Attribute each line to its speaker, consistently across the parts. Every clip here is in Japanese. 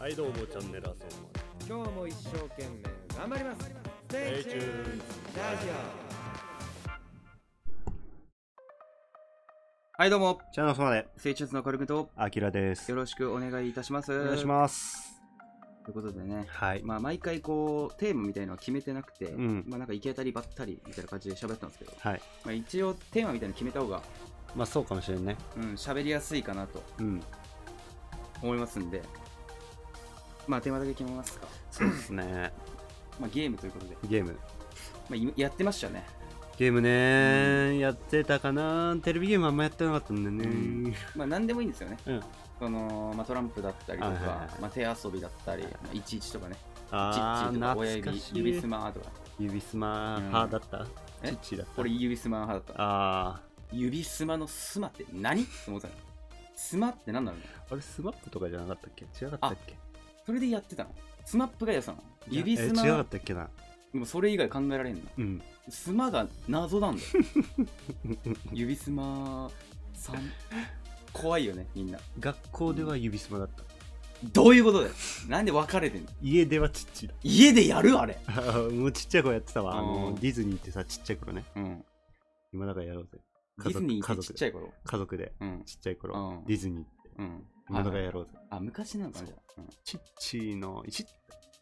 Speaker 1: はいどうもチャンネルあそま
Speaker 2: 今日も一生懸命頑張ります Stay
Speaker 1: Stay tuned.
Speaker 2: tuned ラジオはいどうも
Speaker 3: じゃあ、のそまで、
Speaker 2: 聖地の軽くと
Speaker 3: あきらです。
Speaker 2: よ
Speaker 3: お
Speaker 2: ろしくお願いいたします
Speaker 3: 願いします。
Speaker 2: ということでね
Speaker 3: はい。
Speaker 2: まあ毎回こうテーマみたいのは決めてなくて、
Speaker 3: うん
Speaker 2: まあなんか行き当たりばったりみたいな感じで喋ったんですけど、
Speaker 3: はい。
Speaker 2: まあ、一応テーマみたいの決めた方が
Speaker 3: まあ、そうかもしれんね。
Speaker 2: うん喋りやすいかなと
Speaker 3: うん。
Speaker 2: 思いますんでまあテーマだけ決めますか、
Speaker 3: そうですね。
Speaker 2: まあ、ゲームということで、
Speaker 3: ゲーム。
Speaker 2: まあい、やってましたね
Speaker 3: ゲームねやってたかなテレビゲームあんまやってなかったんだね、
Speaker 2: うんまあ何でもいいんですよね、
Speaker 3: うん
Speaker 2: そのまあ、トランプだったりとか、
Speaker 3: はいはいはい
Speaker 2: まあ、手遊びだったり、まあ、いちいちとかね、チ
Speaker 3: あ
Speaker 2: ッチ
Speaker 3: ー
Speaker 2: とか親
Speaker 3: 懐か
Speaker 2: 指
Speaker 3: し、い
Speaker 2: 指スマとか、
Speaker 3: 指すま派だった、
Speaker 2: え
Speaker 3: チッチだった
Speaker 2: 俺指スマ派だった。
Speaker 3: あ
Speaker 2: 指スマのスマって何って思ってたの。スマって何なの
Speaker 3: ああれスマップとかじゃなかったっけ違かったっけ
Speaker 2: それでやってたの。スマップがやってたの。指ス
Speaker 3: え
Speaker 2: マ、
Speaker 3: 違かったっけな
Speaker 2: もうそれ以外考えられんの。
Speaker 3: うん
Speaker 2: スマが謎なん だよ。指スマさん。怖いよね、みんな。
Speaker 3: 学校では指すまだった、
Speaker 2: どういうことだよ。なんで別れてんの
Speaker 3: 家ではチッチだ
Speaker 2: 家でやるあれ。
Speaker 3: もうちっちゃい頃やってたわあ
Speaker 2: う
Speaker 3: の
Speaker 2: ん
Speaker 3: ディズニーってさちっちゃい頃ね
Speaker 2: うん。
Speaker 3: 今だからやろうぜ
Speaker 2: ディズニー
Speaker 3: 家
Speaker 2: っ
Speaker 3: 族
Speaker 2: てちっちゃい頃。
Speaker 3: 家族で
Speaker 2: うん。
Speaker 3: ちっちゃい頃、
Speaker 2: うん
Speaker 3: ディズニーって
Speaker 2: うん。
Speaker 3: 今だから
Speaker 2: はい
Speaker 3: やろうぜ、
Speaker 2: あ、昔なのか
Speaker 3: そう
Speaker 2: なじゃあうん
Speaker 3: チッチーのチッ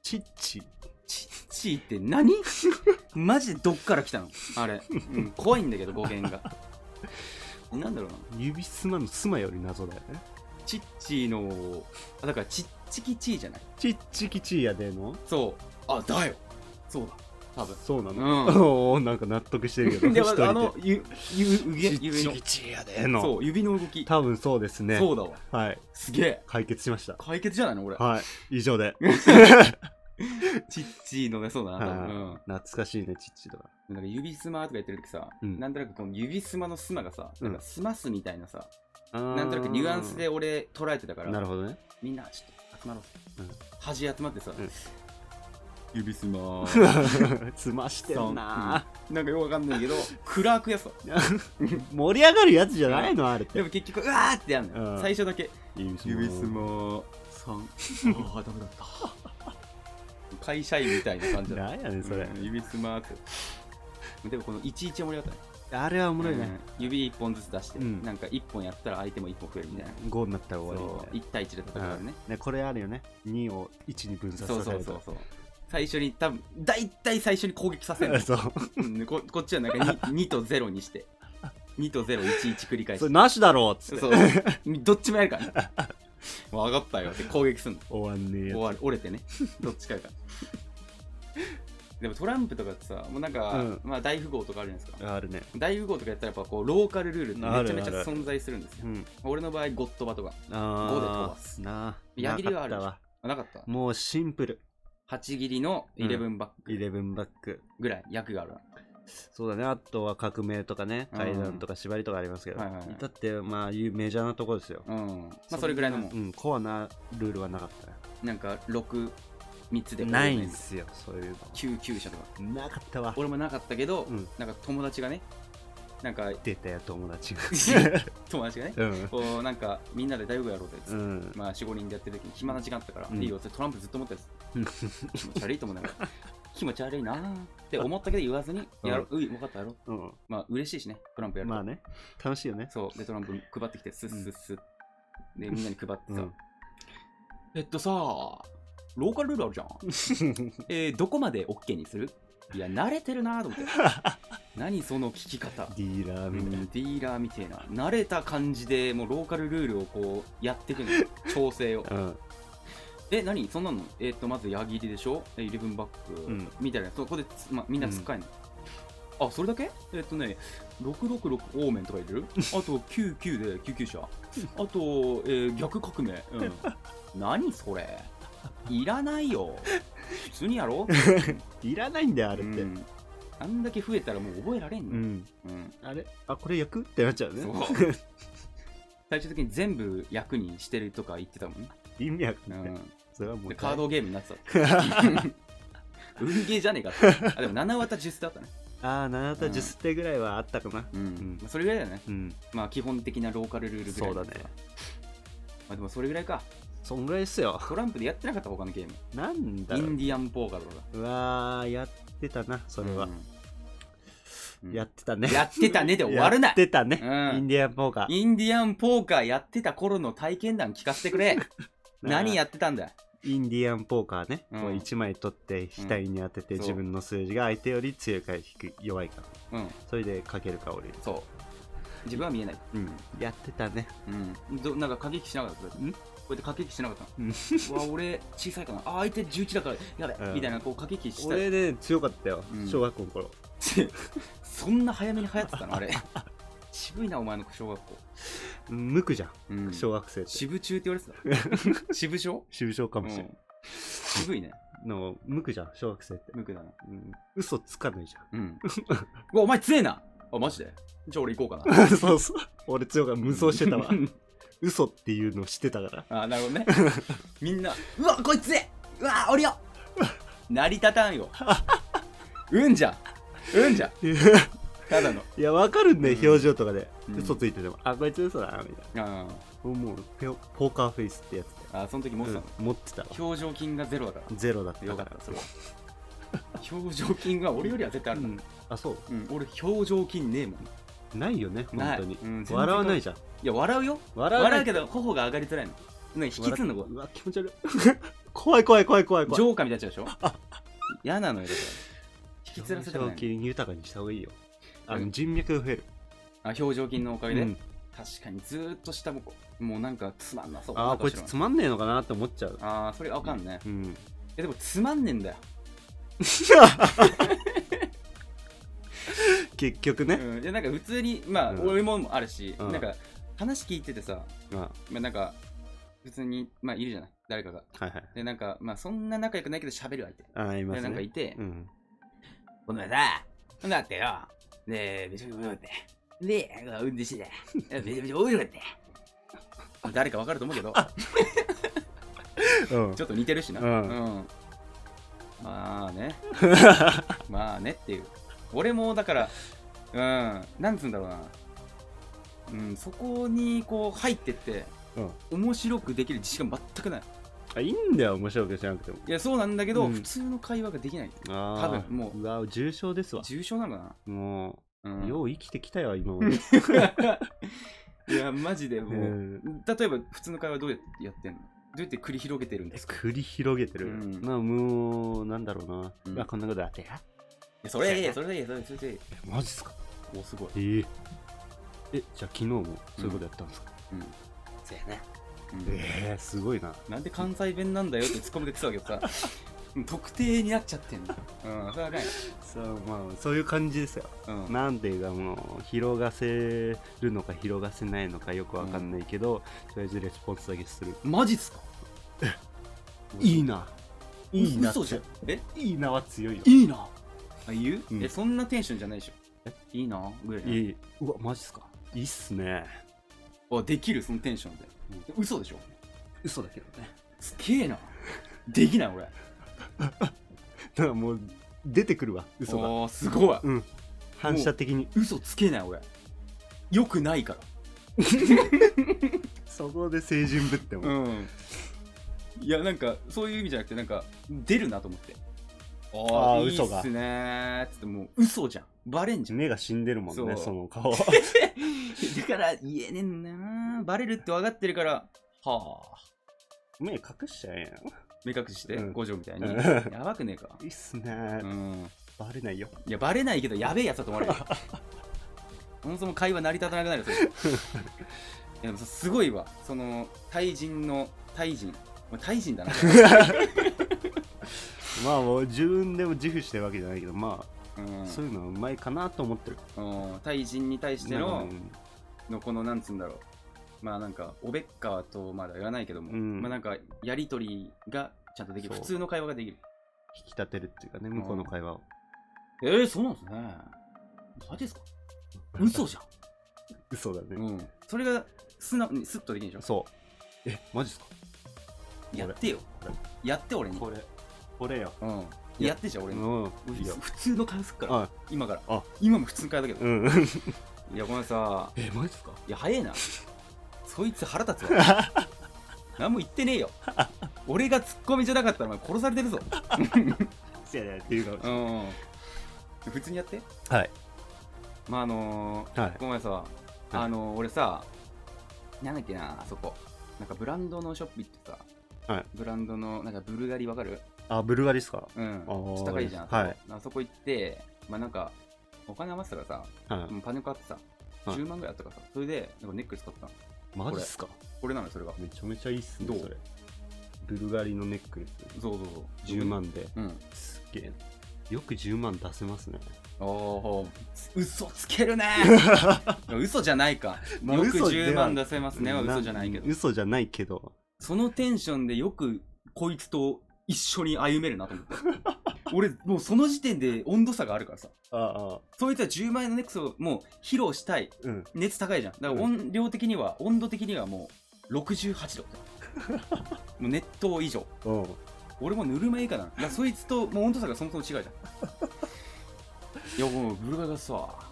Speaker 3: チッチー
Speaker 2: チッチーって何 マジでどっから来たのあれ、うん、 怖いんだけど語源がなんだろうな
Speaker 3: 指すまのすまより謎だよね
Speaker 2: チッチーのあだからチッチキチーじゃない
Speaker 3: チッチキチーやでの
Speaker 2: そうあだよそうだ多分
Speaker 3: そうな
Speaker 2: う
Speaker 3: の、
Speaker 2: ん
Speaker 3: おーなんか納得してるけど
Speaker 2: で
Speaker 3: 一人で
Speaker 2: あのゆゆ
Speaker 3: チ
Speaker 2: 指指
Speaker 3: ッチ
Speaker 2: の
Speaker 3: キチーやで
Speaker 2: そ
Speaker 3: の
Speaker 2: う指の動き、
Speaker 3: 多分そうですね
Speaker 2: そうだわ
Speaker 3: はい
Speaker 2: すげえ
Speaker 3: 解決しました
Speaker 2: 解決じゃないの俺
Speaker 3: はい以上 で
Speaker 2: チッチーのねそうだな多
Speaker 3: はい
Speaker 2: 分、
Speaker 3: 懐かしいねチッチーとか
Speaker 2: うん、なんか指スマとか言ってる時さ、
Speaker 3: うん
Speaker 2: なんとなくこの指スマのスマがさなんかスマスみたいなさ、
Speaker 3: あー
Speaker 2: なんとなくニュアンスで俺捉えてたから
Speaker 3: なるほど ね
Speaker 2: みんなちょっと集まろう、
Speaker 3: うん
Speaker 2: 端集まってさ、
Speaker 3: うん
Speaker 2: 指すま
Speaker 3: つまして んな
Speaker 2: なんかよくわかんない けどクラークやさ
Speaker 3: 盛り上がるやつじゃないのあれっ
Speaker 2: で
Speaker 3: て
Speaker 2: も結局うわーってやんのよ、
Speaker 3: うん
Speaker 2: 最初だけ
Speaker 3: 指
Speaker 2: まさん ああダメだった会社員みたいな感じだっ
Speaker 3: なんやねん
Speaker 2: た
Speaker 3: それ、
Speaker 2: うん指すまってでもこのいちいち盛り上がったね
Speaker 3: あれはおもろいね、
Speaker 2: うん指1本ずつ出して、
Speaker 3: うん
Speaker 2: なんか1本やったら相手も1本増えるみたいな、
Speaker 3: 5になったら終わ
Speaker 2: そ
Speaker 3: り
Speaker 2: う
Speaker 3: み
Speaker 2: 1対1で
Speaker 3: たい
Speaker 2: 戦
Speaker 3: な
Speaker 2: うね、
Speaker 3: うんねこれあるよね2を1に分
Speaker 2: そ
Speaker 3: 散さ
Speaker 2: う
Speaker 3: せ
Speaker 2: そう
Speaker 3: る
Speaker 2: そう
Speaker 3: と
Speaker 2: そう最初に多分大体最初に攻撃 させるの
Speaker 3: そう
Speaker 2: うんここっちはなんか 2, 2と0にして2と011繰り返し
Speaker 3: それ
Speaker 2: て
Speaker 3: なしだろうっつって
Speaker 2: そうどっちもやるからねもう上がったよって攻撃するの
Speaker 3: 終わんねえ
Speaker 2: 終
Speaker 3: や
Speaker 2: わる折れてねどっちかがでもトランプとかってさもうなんか、
Speaker 3: うん
Speaker 2: まあ、大富豪とかあるじゃないですか
Speaker 3: つあるね
Speaker 2: 大富豪とかやったらやっぱこうローカルルールってめちゃめち
Speaker 3: ある
Speaker 2: ゃ
Speaker 3: ある
Speaker 2: 存在するんですよ
Speaker 3: うん
Speaker 2: 俺の場合ゴッドバとか五で飛
Speaker 3: あ
Speaker 2: ば
Speaker 3: あなあ
Speaker 2: 矢切りはある
Speaker 3: なかっ
Speaker 2: あなかった
Speaker 3: たわもうシンプル
Speaker 2: 8切りの11バック
Speaker 3: 11バック
Speaker 2: ぐらい役があるな
Speaker 3: そうだねあとは革命とかね
Speaker 2: うん
Speaker 3: 階段とか縛りとかありますけど、
Speaker 2: はいはいはい
Speaker 3: だってまあいうメジャーなとこですよ、
Speaker 2: うんまあそれぐらいのも
Speaker 3: うんん、コアなルールはなかったね
Speaker 2: なんか63つで
Speaker 3: ないんですよそういう
Speaker 2: 救急車とか
Speaker 3: のなかったわ
Speaker 2: 俺もなかったけど、
Speaker 3: うん
Speaker 2: なんか友達がねなんか
Speaker 3: 出たよ友 達が
Speaker 2: 友達がね
Speaker 3: うん
Speaker 2: こうなんかみんなで大学やろうぜっつって、
Speaker 3: うん
Speaker 2: まあ45人でやってる時に暇な時間あったから、
Speaker 3: うん
Speaker 2: いいよってトランプずっと思ってたんです気持ち悪いと思い ながら気持ち悪いなーって思ったけど言わずにやろう、うん、分かったやろう
Speaker 3: うん
Speaker 2: まあ嬉しいしねトランプやると、
Speaker 3: まあね、楽しいよね。
Speaker 2: そうでトランプ配ってきてスッスッスッ、でみんなに配って
Speaker 3: う
Speaker 2: さ、
Speaker 3: ん、
Speaker 2: えっとさローカルルールあるじゃんえー、どこまで OK にするいや慣れてるなーと思って 何その聞き方
Speaker 3: ディーラーみたいな。
Speaker 2: ディーラーみたいな慣れた感じでもうローカルルールをこうやっていくのよ調整 を
Speaker 3: うん、
Speaker 2: え何そんなのえーっ、とまず矢切りでしょえ11バック、
Speaker 3: うん
Speaker 2: みたいなそこでつ、ま、みんな使えんの、あそれだけえーっ、とね666オーメンとか入れるあと99で救急車あと、えー逆革命、 うん、何それいらないよ普通にやろ
Speaker 3: いらないんだよ、あ
Speaker 2: あ
Speaker 3: れって。
Speaker 2: あんだけ増えたらもう覚えられ
Speaker 3: う
Speaker 2: んの、
Speaker 3: ん。
Speaker 2: うん、
Speaker 3: あれあ、これ役ってなっちゃうね。
Speaker 2: そう最終的に全部役にしてるとか言ってたもんね、
Speaker 3: 意味役みたいな。
Speaker 2: う
Speaker 3: それはも
Speaker 2: ん、
Speaker 3: う
Speaker 2: で。カードゲームになって た運ゲーじゃねえかってあでも7綿10だったね、
Speaker 3: ああ、7と
Speaker 2: うん
Speaker 3: 10手ぐらいはあったかな。
Speaker 2: うん
Speaker 3: ん
Speaker 2: まあそれぐらいだよね
Speaker 3: うん。
Speaker 2: まあ基本的なローカルルールぐらい
Speaker 3: そうだね
Speaker 2: まあでもそれぐらいか
Speaker 3: そんぐらいっすよ
Speaker 2: トランプでやってなかった他のゲーム
Speaker 3: なんだ
Speaker 2: イ
Speaker 3: ろう
Speaker 2: ンディアンポーカーとか
Speaker 3: うわーやってたなそれは、
Speaker 2: うんうん
Speaker 3: やってたね
Speaker 2: やってたねで終わるな
Speaker 3: やってたね、
Speaker 2: うん
Speaker 3: インディアンポーカー
Speaker 2: インディアンポーカーやってた頃の体験談聞かせてくれ何やってたんだ
Speaker 3: インディアンポーカーね、
Speaker 2: うん
Speaker 3: こう1枚取って額に当てて、
Speaker 2: うんそう
Speaker 3: 自分の数字が相手より強いか低い弱いか
Speaker 2: うん
Speaker 3: それでかけるか折れる
Speaker 2: そう自分は見えない
Speaker 3: うんやってたね
Speaker 2: うんどなんか駆け引きしなかったこうや
Speaker 3: ん
Speaker 2: って駆け引きしなかった
Speaker 3: うん
Speaker 2: うわ俺小さいかなあ相手11だからやべ、
Speaker 3: うん
Speaker 2: みたいなこう駆け引きした
Speaker 3: 俺ね強かったよ、
Speaker 2: うん
Speaker 3: 小学校の頃
Speaker 2: そんな早めに流行ってたのあれ 渋いなお前の小学校、
Speaker 3: 無垢じゃん、
Speaker 2: うん、
Speaker 3: 小学生って
Speaker 2: 渋中って言われて た渋小
Speaker 3: 渋症かもしれ
Speaker 2: うん渋いね
Speaker 3: ん、の無垢じゃん小学生って、
Speaker 2: 無垢だな
Speaker 3: うん、嘘つかないじゃ
Speaker 2: うんうわお前強えなあマジでじゃあ俺行こうかな ん
Speaker 3: そうそう俺強かった 無双してたわ 嘘っていうのしてた から
Speaker 2: あなるほどねみんなうわこいつえうわ降りよ成り立たんようんじゃうんじゃただの
Speaker 3: いやわかるんだよ、
Speaker 2: うん
Speaker 3: 表情とかで、
Speaker 2: うん
Speaker 3: 嘘ついててもあこいつ嘘だなみたい
Speaker 2: あ
Speaker 3: なもうペオポーカーフェイスってやつだよ
Speaker 2: ーあーその時持ってたの、
Speaker 3: うん持ってたわ
Speaker 2: 表情筋がゼロだから
Speaker 3: ゼロだった
Speaker 2: よかったそれは表情筋は俺よりは絶対ある
Speaker 3: うん
Speaker 2: だ、
Speaker 3: んあそう
Speaker 2: うん俺表情筋ねえもん
Speaker 3: ないよね本
Speaker 2: ない
Speaker 3: 当に、
Speaker 2: うん全然
Speaker 3: 笑わないじゃん
Speaker 2: いや笑うよ
Speaker 3: 笑
Speaker 2: 笑
Speaker 3: う
Speaker 2: うけど頬が上がりづらいのね引きつんのこ
Speaker 3: うわ気持ち悪い 怖い怖い怖い怖いう怖い
Speaker 2: ジョーカーみたいなやつでしょ嫌なのよだから引きつらせたく
Speaker 3: 表情
Speaker 2: ない
Speaker 3: 筋豊かにした方がいいよあ
Speaker 2: う
Speaker 3: の
Speaker 2: ん
Speaker 3: 人脈が増える、
Speaker 2: あ表情筋のおか
Speaker 3: う
Speaker 2: げで、
Speaker 3: ん、
Speaker 2: 確かにずーっと下もこうもうなんかつまんなそう
Speaker 3: ああ
Speaker 2: なん
Speaker 3: こ
Speaker 2: か
Speaker 3: い
Speaker 2: し
Speaker 3: つ
Speaker 2: らん
Speaker 3: つまんねえのかなって思っちゃう
Speaker 2: ああそれがわかんね、
Speaker 3: うん
Speaker 2: えでもつまんねえんだよ、
Speaker 3: 結局ね、
Speaker 2: うん、いやなんか普通にまあ、
Speaker 3: うん
Speaker 2: 俺ももあるし、
Speaker 3: うん
Speaker 2: なんか話聞いててさ、
Speaker 3: ま
Speaker 2: まあ、なんか普通にまあいるじゃない誰かが
Speaker 3: あはいはい
Speaker 2: でなんかまあそんな仲良くないけど喋る相手
Speaker 3: あーいますね
Speaker 2: でなんかいて、
Speaker 3: うん
Speaker 2: この前さ、こんなあってよ。で、めちゃめちゃ面白かった。で、運転して た。めちゃめちゃ面白かった。誰かわかると思うけど、
Speaker 3: うん
Speaker 2: ちょっと似てるしな。
Speaker 3: うん
Speaker 2: うんま あね。まあねっていう。俺もだから、うん、なんつうんだろうな。うん、そこにこう入ってって、
Speaker 3: うん
Speaker 2: 面白くできる自信が全くない。
Speaker 3: あいいんだよ面白くしなくても
Speaker 2: いや、そうなんだけど、
Speaker 3: うん
Speaker 2: 普通の会話ができない。
Speaker 3: ああ
Speaker 2: 多分もう
Speaker 3: うわ重症ですわ
Speaker 2: 重症なのか
Speaker 3: も
Speaker 2: な。う
Speaker 3: う、
Speaker 2: ん、
Speaker 3: よう生きてきたよ今まで、
Speaker 2: いや、マジで
Speaker 3: う
Speaker 2: もう。
Speaker 3: ん、
Speaker 2: 例えば普通の会話どうやってやってんのどうやって繰り広げてるんですか
Speaker 3: 繰り広げてる、
Speaker 2: うん
Speaker 3: まあもうなんだろうな、
Speaker 2: うん
Speaker 3: うわこんなことあってや
Speaker 2: それでいいそれでいいそれでいいそれでいい
Speaker 3: えマジっすか
Speaker 2: おすごい
Speaker 3: えええじゃあ昨日もそういうことやったんですか、
Speaker 2: うんそうやね、
Speaker 3: ええすごいな
Speaker 2: なんで関西弁なんだよってツッコミが来たわけどさ うん特定になっちゃってんのうんそれはあかんや
Speaker 3: そうまあそういう感じですよ
Speaker 2: うん
Speaker 3: なんていうかもう広がせるのか広がせないのかよくわかんないけど、とりあえずレスポンスだけする
Speaker 2: マジっすか
Speaker 3: いいな
Speaker 2: う
Speaker 3: いいな
Speaker 2: 嘘じゃんえ
Speaker 3: いいなは強いよ
Speaker 2: いいなあ言う、
Speaker 3: うん
Speaker 2: えそんなテンションじゃないでしょいいなぐらいない
Speaker 3: いうわマジっすかいいっすね
Speaker 2: あできるそのテンションで、嘘でしょ
Speaker 3: 嘘だけどね
Speaker 2: すげえなできない俺
Speaker 3: だからもう出てくるわ嘘が
Speaker 2: おーすごい
Speaker 3: うん反射的に
Speaker 2: 嘘つけない俺よくないから
Speaker 3: そこで成人ぶっても、
Speaker 2: うんいやなんかそういう意味じゃなくてなんか出るなと思ってあ
Speaker 3: あ
Speaker 2: あ
Speaker 3: ー
Speaker 2: いい
Speaker 3: 嘘が
Speaker 2: っすねーっつってもう嘘じゃんバレんじゃん
Speaker 3: 目が死んでるもん
Speaker 2: そう
Speaker 3: ねその 顔
Speaker 2: だから言えねえんだよなバレるって分かってるからはあ
Speaker 3: 目隠しちゃえんや
Speaker 2: 目隠しして
Speaker 3: うん
Speaker 2: 五条みたいに、
Speaker 3: うん
Speaker 2: やばくねえか
Speaker 3: いいっすね、
Speaker 2: うん
Speaker 3: バレないよ
Speaker 2: いやバレないけどやべえやつだと思われるよそもそも会話成り立たなくなるよそれいやでもさすごいわそのタイ人のタイ人お前タイ 人だな
Speaker 3: まあもう自分でも自負してるわけじゃないけどま
Speaker 2: うん
Speaker 3: あそういうのはうまいかなと思ってる
Speaker 2: うんタイ人に対して
Speaker 3: な
Speaker 2: の
Speaker 3: んか
Speaker 2: のこのなんつうんだろうまあなんかおべっかとまだ言わないけども、
Speaker 3: うん
Speaker 2: まあなんかやりとりがちゃんとできる
Speaker 3: そ
Speaker 2: 普
Speaker 3: う
Speaker 2: 通の会話ができる
Speaker 3: 引き立てるっていうかね向こうの会話を
Speaker 2: えー、そうなんですねマジですか嘘じゃ
Speaker 3: 嘘だ
Speaker 2: ん、
Speaker 3: ね
Speaker 2: うん、それが素直にスッとできるでし
Speaker 3: そうえマジっすか
Speaker 2: ょやってよやって俺に、
Speaker 3: これこれよ
Speaker 2: うん、やってじゃん
Speaker 3: う
Speaker 2: 俺に、
Speaker 3: ん
Speaker 2: 俺
Speaker 3: いいよ
Speaker 2: 普通の会話すっから
Speaker 3: あ
Speaker 2: 今から
Speaker 3: あ
Speaker 2: 今も普通の会話だけど、
Speaker 3: うん
Speaker 2: いやごめんさ
Speaker 3: えマジっすか
Speaker 2: いや早えなそいつ腹立つわな何も言ってねえよ俺がツッコミじゃなかったらお前殺されてる ぞ
Speaker 3: せやねっていうかもしれ
Speaker 2: うん普通にやって
Speaker 3: ない。
Speaker 2: まああのー
Speaker 3: はい。はい。
Speaker 2: ごめんさあのー俺さなんだっけなあそこなんかブランドのショップ行ってさ、
Speaker 3: はい
Speaker 2: ブランドのなんかブルガリわかる
Speaker 3: あ、ブルガリですか
Speaker 2: うん
Speaker 3: あー
Speaker 2: ちょっと高いじゃん、
Speaker 3: はい
Speaker 2: あそこ行ってまあなんかお金余ってたから
Speaker 3: は
Speaker 2: さもうパネコあってさ
Speaker 3: はい
Speaker 2: 10万ぐらいあったからさそれでなんかネックレス買ったの
Speaker 3: い。マジっすか
Speaker 2: これなのよそれが
Speaker 3: めちゃめちゃいいっすね、
Speaker 2: どう
Speaker 3: それ。ブルガリのネックレス。
Speaker 2: そうそうそう
Speaker 3: 10万で。
Speaker 2: うん
Speaker 3: すっげえ。よく10万出せますね。
Speaker 2: おー嘘つ けるね嘘じゃないか、
Speaker 3: まあ
Speaker 2: よく
Speaker 3: 嘘では
Speaker 2: 10万出せますねは
Speaker 3: な
Speaker 2: 嘘じゃないけど
Speaker 3: 嘘じゃないけど。
Speaker 2: そのテンションでよくこいつと一緒に歩めるなと思って 俺もうその時点で温度差があるからさ
Speaker 3: ああ、
Speaker 2: そいつは10万円のネックスをもう披露したい
Speaker 3: うん。
Speaker 2: 熱高いじゃんだから音量的には、温度的にはもう68度 もう熱湯以上
Speaker 3: おう
Speaker 2: 俺もぬるま湯以下だなだからそいつともう温度差がそもそも 違うじゃんいやもうブルガリがさかっ
Speaker 3: かっ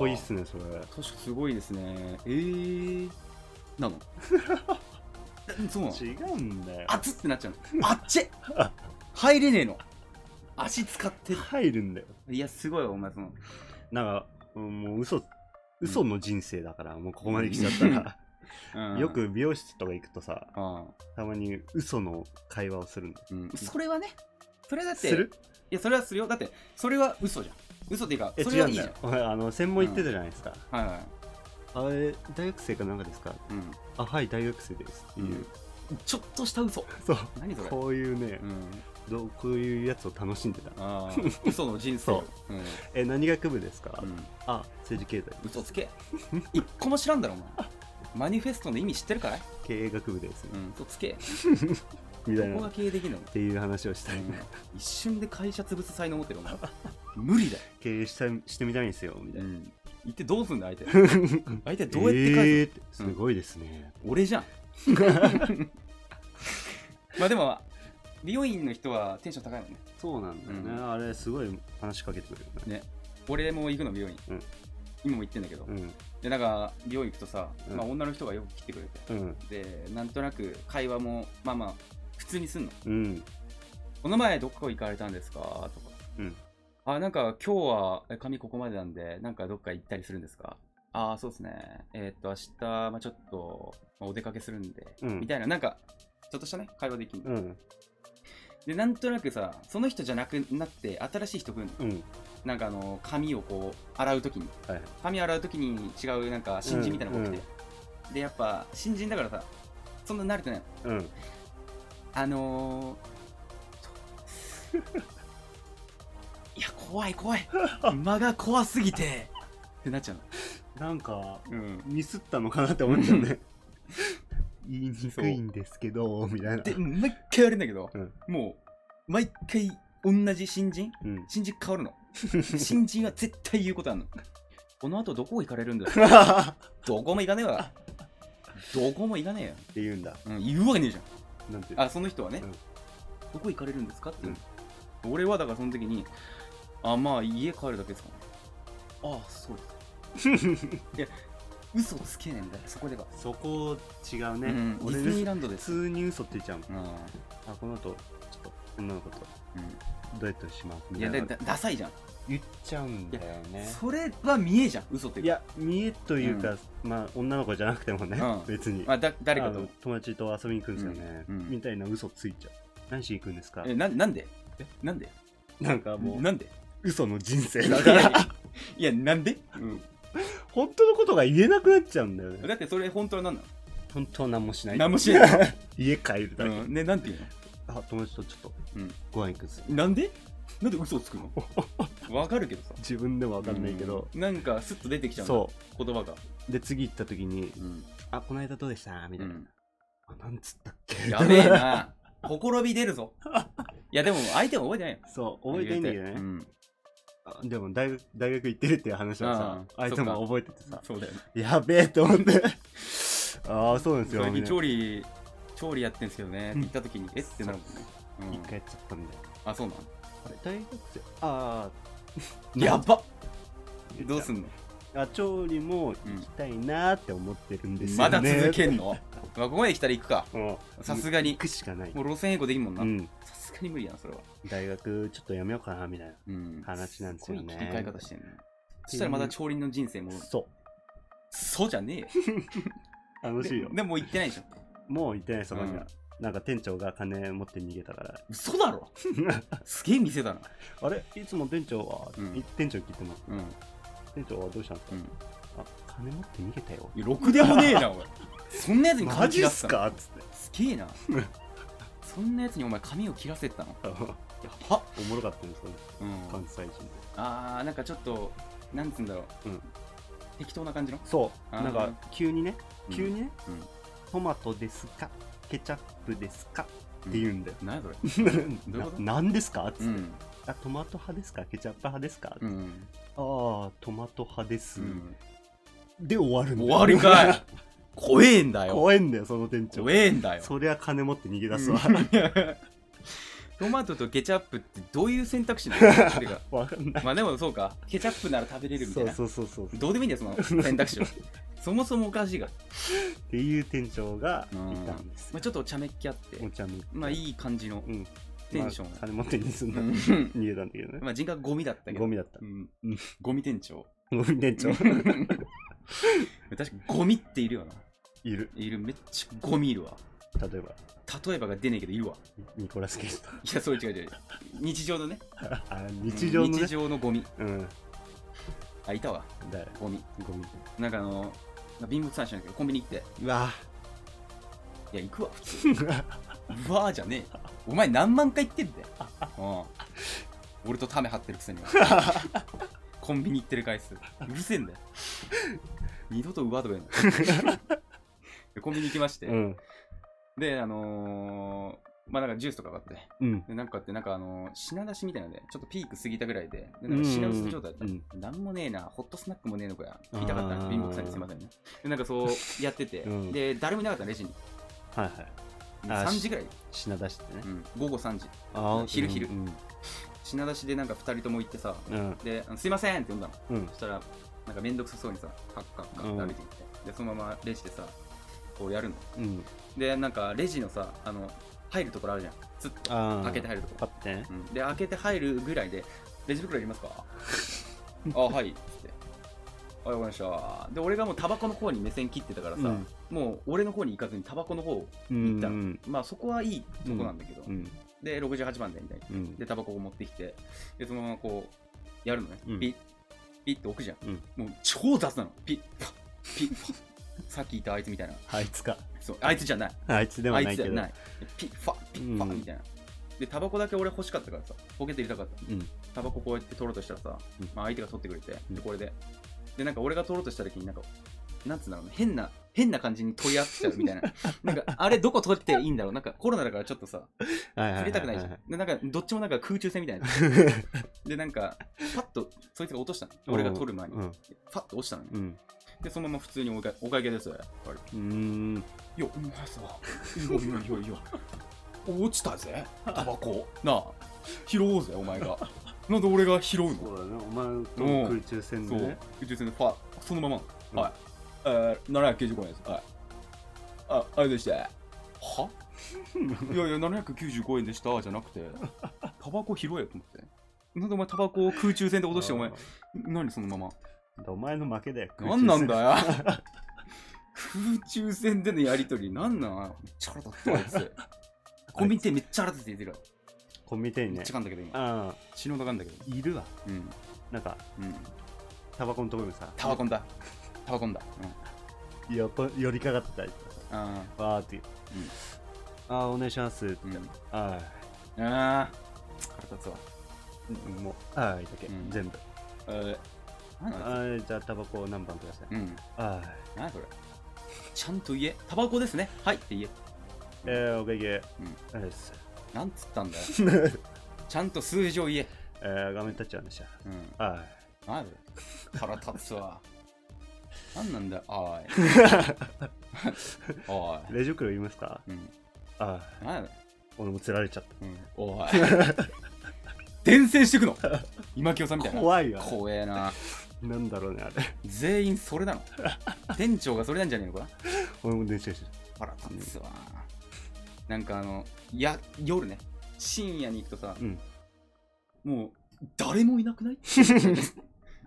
Speaker 3: こいいっすね、それ。
Speaker 2: 確かすごいですねえー、な のえそうなの
Speaker 3: 違うんだよ。
Speaker 2: 熱ってなっちゃうのあっち入れねえの足使ってる
Speaker 3: 入るんだよ。
Speaker 2: いやすごいわお前その
Speaker 3: なんか、うんもう嘘、嘘の人生だから、もうここまで来ちゃったら。
Speaker 2: うん
Speaker 3: よく美容室とか行くとさ、
Speaker 2: あ
Speaker 3: たまに嘘の会話をするんだ。
Speaker 2: うんそれはねそれはだって
Speaker 3: する
Speaker 2: いやそれはするよだってそれは嘘じゃん嘘っていうか
Speaker 3: え、
Speaker 2: そ
Speaker 3: 違
Speaker 2: れ
Speaker 3: う
Speaker 2: はいい
Speaker 3: ん
Speaker 2: じゃ
Speaker 3: だ
Speaker 2: ん
Speaker 3: よ。俺あの、専門行ってたじゃないですか。
Speaker 2: はいはい
Speaker 3: あれ、大学生かなんかですか
Speaker 2: うん
Speaker 3: あ、はい、大学生です。っていう。
Speaker 2: ちょっとした嘘
Speaker 3: そう。
Speaker 2: 何それ
Speaker 3: こういうね
Speaker 2: う、ん
Speaker 3: どうこういうやつを楽しんでた。
Speaker 2: あ あ嘘の人生、
Speaker 3: そう
Speaker 2: うん
Speaker 3: え、何学部ですか
Speaker 2: うん、
Speaker 3: あ、政治経済。
Speaker 2: 嘘つけ一個も知らんだろお前マニフェストの意味知ってるからい、
Speaker 3: 経営学部です
Speaker 2: う。ん、嘘つけ
Speaker 3: み
Speaker 2: ど
Speaker 3: たい
Speaker 2: こ
Speaker 3: な。
Speaker 2: が
Speaker 3: っ
Speaker 2: 経営 できるの、
Speaker 3: ていう話をしたい。
Speaker 2: うん一瞬で会社潰す才能持って るお前無理だよ、
Speaker 3: 経営したしてみたいんですよ、みたいな。
Speaker 2: 言ってどうすんだ 相手相手どうやって返す、
Speaker 3: えーってすごいですね。
Speaker 2: 俺じゃんまあでも美容院の人はテンション高いもんね
Speaker 3: そうなんだよね。
Speaker 2: う
Speaker 3: あれ、すごい話しかけてくるよね。
Speaker 2: 俺も行くの美容院、
Speaker 3: うん
Speaker 2: 今も行ってんだけど、
Speaker 3: うん。
Speaker 2: でなんか美容院行くとさ、
Speaker 3: うん
Speaker 2: まあ、女の人がよく来てくれて
Speaker 3: うん。
Speaker 2: でなんとなく会話もまあまあ普通にすんの
Speaker 3: うん。
Speaker 2: この前どこ行かれたんですかとか、
Speaker 3: うん
Speaker 2: あなんか今日はえ髪ここまでなんでなんかどっか行ったりするんですかああそうですねえーっと明日、まあ、ちょっと、まあ、お出かけするんで、
Speaker 3: うん
Speaker 2: みたいななんかちょっとしたね会話できる、
Speaker 3: うん。
Speaker 2: でなんとなくさその人じゃなくなって新しい人来るの
Speaker 3: うん。
Speaker 2: なんかあの髪をこう洗う時に
Speaker 3: はい。
Speaker 2: 髪洗う時に違うなんか新人みたいなのが来て、でやっぱ新人だからさそんな慣れてないの
Speaker 3: うん。
Speaker 2: あのー いや怖い怖い間が怖すぎてってなっちゃう
Speaker 3: なんか、
Speaker 2: の、うん、
Speaker 3: ミスったのかなって思っちゃうね。 言いにくいんですけど、みたいな。
Speaker 2: で毎回やるんだけど、
Speaker 3: うん
Speaker 2: もう毎回同じ新人
Speaker 3: うん。
Speaker 2: 新人変わるの新人は絶対言うことあるのこの後どこ行かれるんだよ
Speaker 3: っ
Speaker 2: どこも行かねえわどこも行かねえよ、
Speaker 3: て言うんだ。
Speaker 2: うん、言うわけねえじゃん
Speaker 3: なんて。
Speaker 2: あその人はね、
Speaker 3: うん
Speaker 2: どこ行かれるんですかって、う俺はだからその時にあまあ家帰るだけですかねああそう ですいや嘘つけねえんだよそこでは、
Speaker 3: そこ違う
Speaker 2: う
Speaker 3: ね。
Speaker 2: ん、デ
Speaker 3: 俺
Speaker 2: ィズニー
Speaker 3: 普
Speaker 2: ランドです、
Speaker 3: 通に嘘って言っちゃうもん。
Speaker 2: うんう
Speaker 3: あ、この後、ちょっと女の子とどうやってします
Speaker 2: ん、
Speaker 3: み
Speaker 2: い
Speaker 3: た
Speaker 2: や
Speaker 3: い
Speaker 2: だ
Speaker 3: な。
Speaker 2: だダサいじゃん、
Speaker 3: 言っちゃうんだよね。
Speaker 2: それは見えじゃん嘘ってい
Speaker 3: いや、見えというか、まあ、女の子じゃなくてもね
Speaker 2: うん、
Speaker 3: 別に。
Speaker 2: まあ、だ誰か
Speaker 3: あ
Speaker 2: と
Speaker 3: の友達と遊びに行くんですよね、
Speaker 2: うんうん
Speaker 3: みたいな嘘ついちゃう何しに行くんですか
Speaker 2: えななんでえなんで
Speaker 3: なんかもう
Speaker 2: なんで
Speaker 3: 嘘の人生
Speaker 2: い
Speaker 3: だか
Speaker 2: や
Speaker 3: ら
Speaker 2: いやなんで、
Speaker 3: 本当のことが言えなくなっちゃうんだよね
Speaker 2: だってそれ本当は何なの
Speaker 3: 本当何もしない
Speaker 2: 何もしない、
Speaker 3: 家帰るだけ、
Speaker 2: うん、ねなんて言うの
Speaker 3: あ友達とちょっと
Speaker 2: うん
Speaker 3: ご飯行くんですよ
Speaker 2: なんでなんで嘘をつくの わかるけどさ。
Speaker 3: 自分でも分かんないけど、
Speaker 2: うん。なんかスッと出てきちゃう
Speaker 3: そ
Speaker 2: うんだ言葉が。
Speaker 3: うで次行った時に
Speaker 2: うん。
Speaker 3: 「あこの間どうでした?」みたいな、あなんつったっけ
Speaker 2: やべえな。ほころび出るぞ。いやでも相手も覚えてないよ。
Speaker 3: そう覚えてんだけどね
Speaker 2: う、ん。
Speaker 3: あでも大学大学行ってるっていう話はさ
Speaker 2: ああ
Speaker 3: 相手
Speaker 2: そっ
Speaker 3: も
Speaker 2: か
Speaker 3: 覚えててさ
Speaker 2: そうだよね。
Speaker 3: やべえと思って ああそうなんですよ
Speaker 2: 最近
Speaker 3: みたい
Speaker 2: 調理、調理やってんすけどねって言った時に、えってなるもん
Speaker 3: な
Speaker 2: ね。
Speaker 3: 一回やっちゃったみたいな
Speaker 2: うん。あ、そうなの
Speaker 3: あれ大学生ああ
Speaker 2: やばどうすんの
Speaker 3: ガチョウにも行きたいなーって思ってるんですよ
Speaker 2: ま
Speaker 3: ね、
Speaker 2: だ続けんのまあここまで来たら行くか
Speaker 3: うん
Speaker 2: さすがに
Speaker 3: 行くしかない
Speaker 2: もう路線変更できんもん
Speaker 3: う、
Speaker 2: なんさすがに無理やんそれは
Speaker 3: 大学ちょっとやめようかなみたいな
Speaker 2: うん
Speaker 3: 話なんですよね
Speaker 2: ごい切り替え方してんねそしたらまた町林の人生も
Speaker 3: そ
Speaker 2: そうじゃねえよ
Speaker 3: う楽しいよ
Speaker 2: ででも行ってないでしょ
Speaker 3: もう行ってないそこには、
Speaker 2: うん
Speaker 3: なんか店長が金持って逃げたから
Speaker 2: 嘘 だろすげえ店だな
Speaker 3: あれいつも店長は、
Speaker 2: うん
Speaker 3: い店長聞いてます
Speaker 2: うん
Speaker 3: 店長はどうしたんですか、
Speaker 2: うん
Speaker 3: あ金持って逃げたよ
Speaker 2: いやろくでもねえなおいそんなやつに
Speaker 3: マ
Speaker 2: 髪切
Speaker 3: ジっ
Speaker 2: らせ
Speaker 3: す
Speaker 2: たの
Speaker 3: かっつって
Speaker 2: すげえなそんなやつにお前髪を切らせてたの
Speaker 3: あの
Speaker 2: やば
Speaker 3: おもろかったんですよ
Speaker 2: うん
Speaker 3: 関西人で
Speaker 2: あーなんかちょっとなんつうんだろう、
Speaker 3: うん
Speaker 2: 適当な感じの
Speaker 3: そう
Speaker 2: あー
Speaker 3: なんか急にね急にね、
Speaker 2: うんうん
Speaker 3: トマトですかケチャップですかって言うんだよ、
Speaker 2: 何やそれどういう
Speaker 3: な
Speaker 2: こと
Speaker 3: なんですかっつって、
Speaker 2: うん
Speaker 3: あトマト派ですかケチャップ派ですか、
Speaker 2: う
Speaker 3: あ
Speaker 2: ん、
Speaker 3: あトマト派です、
Speaker 2: うん、
Speaker 3: で終わるんだ
Speaker 2: 終
Speaker 3: よ
Speaker 2: わりかい怖えんだ よ
Speaker 3: 怖えんだよその店長
Speaker 2: 怖えんだよ
Speaker 3: そりゃ金持って逃げ出すわ、
Speaker 2: トマトとケチャップってどういう選択肢なのてか
Speaker 3: わかんない
Speaker 2: まあでもそうかケチャップなら食べれるみたい
Speaker 3: そう
Speaker 2: な
Speaker 3: そうそう そうっ
Speaker 2: どうでもいいんだよその選択肢はそもそもおかしいが、
Speaker 3: ていう店長がいたんです
Speaker 2: まあ、ちょっとお茶目っ気あって
Speaker 3: お茶も
Speaker 2: まあいい感じの
Speaker 3: うん
Speaker 2: テンション
Speaker 3: まあ金持って逃げた
Speaker 2: うん
Speaker 3: だ
Speaker 2: ん
Speaker 3: 逃げたんだけどね
Speaker 2: まあ人格ゴミだったけど
Speaker 3: ゴミだった
Speaker 2: うん
Speaker 3: うん
Speaker 2: ゴミ店長
Speaker 3: ゴミ店長
Speaker 2: 確かにゴミっているよない
Speaker 3: る
Speaker 2: いるめっちゃゴミいるわ
Speaker 3: 例えば
Speaker 2: 例えばが出ねえけどいるわ
Speaker 3: ニコラス・ケイ ジとか
Speaker 2: いやそう違う違う日常のね
Speaker 3: あ 日常の
Speaker 2: 日
Speaker 3: ね
Speaker 2: 常のゴミ
Speaker 3: うん
Speaker 2: あいたわ
Speaker 3: 誰
Speaker 2: ゴミ
Speaker 3: ゴミ
Speaker 2: なんかあの貧乏さんじゃないけどコンビニ行って
Speaker 3: うわ
Speaker 2: いや行くわ普通うわーじゃねえお前何万回行ってんだよ、うん、俺とタメ張ってるくせにコンビニ行ってる回数うるせえんだよ二度とうわとか言うなでコンビニ行きまし て、
Speaker 3: うん
Speaker 2: であのー、まあなんかジュースとか買って
Speaker 3: うん
Speaker 2: でなんかってなんかあのー品出しみたいなのでちょっとピーク過ぎたぐらいででなんか品薄状態だった、
Speaker 3: うん
Speaker 2: なんもねえなホットスナックもねえのかや聞いたかった
Speaker 3: あ
Speaker 2: な
Speaker 3: ー
Speaker 2: 貧乏さんにすいませんねでなんかそうやってて、
Speaker 3: うん
Speaker 2: で誰もいなかったレジに
Speaker 3: はいはいあー
Speaker 2: 3時ぐらい、
Speaker 3: 品出してね
Speaker 2: うん午後3時
Speaker 3: あー
Speaker 2: 昼昼
Speaker 3: うん
Speaker 2: 品出しでなんか2人とも行ってさ
Speaker 3: うん
Speaker 2: であのすいませんって呼んだの
Speaker 3: うん
Speaker 2: そしたらなんかめんどくさそうにさカッカッカッって歩いていって、でそのままレジでさこうやるの
Speaker 3: うん
Speaker 2: でなんかレジのさあの入るところあるじゃんつっ
Speaker 3: あー
Speaker 2: 開けて入るとこ
Speaker 3: パッてね
Speaker 2: うん、で開けて入るぐらいで「レジ袋いり ますか? 」あはい」っつって「はいわかりました」で俺がもうタバコの方に目線切ってたからさ、
Speaker 3: うん
Speaker 2: もう俺の方に行かずにタバコの方
Speaker 3: うん
Speaker 2: 行った
Speaker 3: う
Speaker 2: の
Speaker 3: ん
Speaker 2: まあそこはいいとこなんだけど、
Speaker 3: うん
Speaker 2: で68番でみたいな
Speaker 3: うん
Speaker 2: でタバコを持ってきてでそのままこうやるのね、
Speaker 3: うん
Speaker 2: ピッピッて置くじゃん、
Speaker 3: うん
Speaker 2: もう超雑なのピッパッピッパッさっきいたあいつみたいな
Speaker 3: あいつか
Speaker 2: そうあいつじゃない
Speaker 3: あいつで
Speaker 2: あ
Speaker 3: はいな
Speaker 2: つ
Speaker 3: い
Speaker 2: じ
Speaker 3: け
Speaker 2: ゃ
Speaker 3: ど
Speaker 2: ないピッファッピッファ
Speaker 3: うん
Speaker 2: みたいな、でタバコだけ俺欲しかったからさポケット入れたかった
Speaker 3: うん
Speaker 2: タバコこうやって取ろうとしたらさ、
Speaker 3: うん
Speaker 2: まあ、相手が取ってくれて、
Speaker 3: うん
Speaker 2: でこれででなんか俺が取ろうとした時になんかなんつうんだろうね変な変な感じに取り合っちゃうみ たいななんかあれどこ取っていいんだろうなんかコロナだからちょっとさ
Speaker 3: 触
Speaker 2: 触れたくないじゃんでなんかどっちもなんか空中戦みたいなでなんかパッとそいつが落としたの俺が取る前に、
Speaker 3: うん
Speaker 2: パッと落ちたのね、
Speaker 3: うん
Speaker 2: でそのまま普通にお会お会計ですよ
Speaker 3: うーん
Speaker 2: いや、お前さ、いやいやいやいや、落ちたぜ、タバコ。なあ、拾おうぜ、お前が。なんで俺が拾う
Speaker 3: そ
Speaker 2: の
Speaker 3: うだねお前との空中戦
Speaker 2: そ
Speaker 3: で
Speaker 2: う
Speaker 3: ね、
Speaker 2: 宇宙船でファそのまま。
Speaker 3: うん
Speaker 2: はい。えー、795円です。はい。あ、あれ でした。はいやいや、795円でした、じゃなくて、 タバコ拾えよと思って。なんでお前タバコを空中戦で落としてお前
Speaker 3: あ、
Speaker 2: 何そのまま。
Speaker 3: ーお前の負けだよ
Speaker 2: なんなんだ
Speaker 3: よ
Speaker 2: よ空中戦でのやりとりなんなんめっちゃ腹立ったわあい つコンビニ店めっちゃ腹立って言ってる
Speaker 3: コンビニ店
Speaker 2: わ
Speaker 3: に
Speaker 2: め
Speaker 3: ね
Speaker 2: っちゃかんだけど今
Speaker 3: あ
Speaker 2: 死ぬほどかんだけど
Speaker 3: あいるわ
Speaker 2: うん
Speaker 3: なんか
Speaker 2: うん
Speaker 3: タバコのところにさ
Speaker 2: タバコんだタバコんだ
Speaker 3: やっぱ寄りかかってたり
Speaker 2: うんあ
Speaker 3: わーって、うん、あーお願いしますって、
Speaker 2: ーうん
Speaker 3: あ
Speaker 2: あー腹立つわ
Speaker 3: ーもうあーだけ、
Speaker 2: うん
Speaker 3: 全部
Speaker 2: えーなん
Speaker 3: あ
Speaker 2: だあい
Speaker 3: ーじゃあタバコ何番ください、
Speaker 2: つうん
Speaker 3: あー
Speaker 2: なんだこれちゃんと言えタバコですねはいって言え
Speaker 3: えー、お会計、
Speaker 2: うん
Speaker 3: あれです
Speaker 2: なんつったん だよちゃんと数字を言え
Speaker 3: えー、画面立っちゃうんでした
Speaker 2: うん
Speaker 3: あ
Speaker 2: なんだよ腹立つわ。なんなんだよ、 おい。おい
Speaker 3: ー。レジ袋いりますか
Speaker 2: うん。
Speaker 3: あー
Speaker 2: なんだよ、
Speaker 3: 俺も釣られちゃっ
Speaker 2: うん、おい。伝染してくの今清さんみ
Speaker 3: た
Speaker 2: たいな。
Speaker 3: 怖いよ
Speaker 2: 怖えな。
Speaker 3: なんだろうね、あれ。
Speaker 2: 全員それなの店長がそれなんじゃねえのか
Speaker 3: 俺も電車してる。
Speaker 2: 腹立つわなんかあのや夜ね深夜に行くとさ、
Speaker 3: うん
Speaker 2: もう誰もいなくない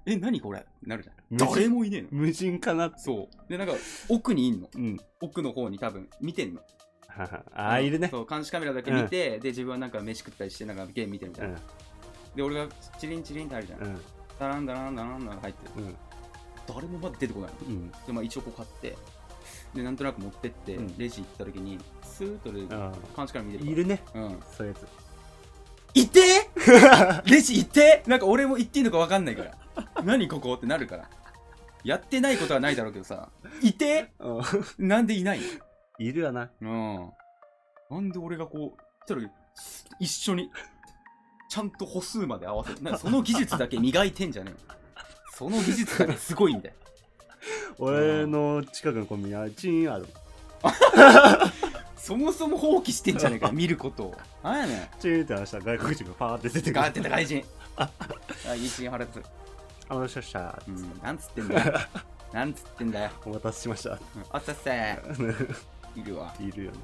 Speaker 2: え何これなるじゃん
Speaker 3: 無人
Speaker 2: 誰もいねえの
Speaker 3: 無人かな
Speaker 2: そうでなんか奥にいんの
Speaker 3: うん。
Speaker 2: 奥の方に多分見てんの
Speaker 3: はは
Speaker 2: あ
Speaker 3: ああ、いるね。
Speaker 2: そう監視カメラだけ見て、で自分はなんか飯食ったりしてなんかゲーム見てるみた
Speaker 3: う
Speaker 2: いな、
Speaker 3: ん。
Speaker 2: で俺がチリンチリンってあるじゃん、
Speaker 3: うん。
Speaker 2: ダランダランダランダラン入ってる
Speaker 3: うん。
Speaker 2: 誰もまだ出てこないの
Speaker 3: うん。
Speaker 2: で、まあ、一応こう買ってでなんとなく持ってって、
Speaker 3: うん
Speaker 2: レジ行った時にスーッとレジ
Speaker 3: あ
Speaker 2: 監視カメ
Speaker 3: あ。
Speaker 2: ラ見てるから
Speaker 3: いるね。
Speaker 2: うん
Speaker 3: そういうやつ。
Speaker 2: いてえレジいてえなんか俺も言っていいのか分かんないから何ここってなるからやってないことはないだろうけどさいて
Speaker 3: うん
Speaker 2: えなんでいない
Speaker 3: いるわな。
Speaker 2: のうんなんで俺がこう来た時一緒にちゃんと歩数まで合わせてなんかその技術だけ磨いてんじゃねえよその技術 だけすごいんだよ
Speaker 3: 俺の近くのコンビニはチーンある。
Speaker 2: そもそも放棄してんじゃねえか見ることをなんやねん
Speaker 3: チーンって話したら外国人がパーって出てく
Speaker 2: ガー
Speaker 3: る
Speaker 2: っ。てた外人外人腹立つ
Speaker 3: あ、もしかしたら、
Speaker 2: うんなんつってんだよなんつってんだよ
Speaker 3: お待たせしました。
Speaker 2: うんあったっせいるわ
Speaker 3: いるよね。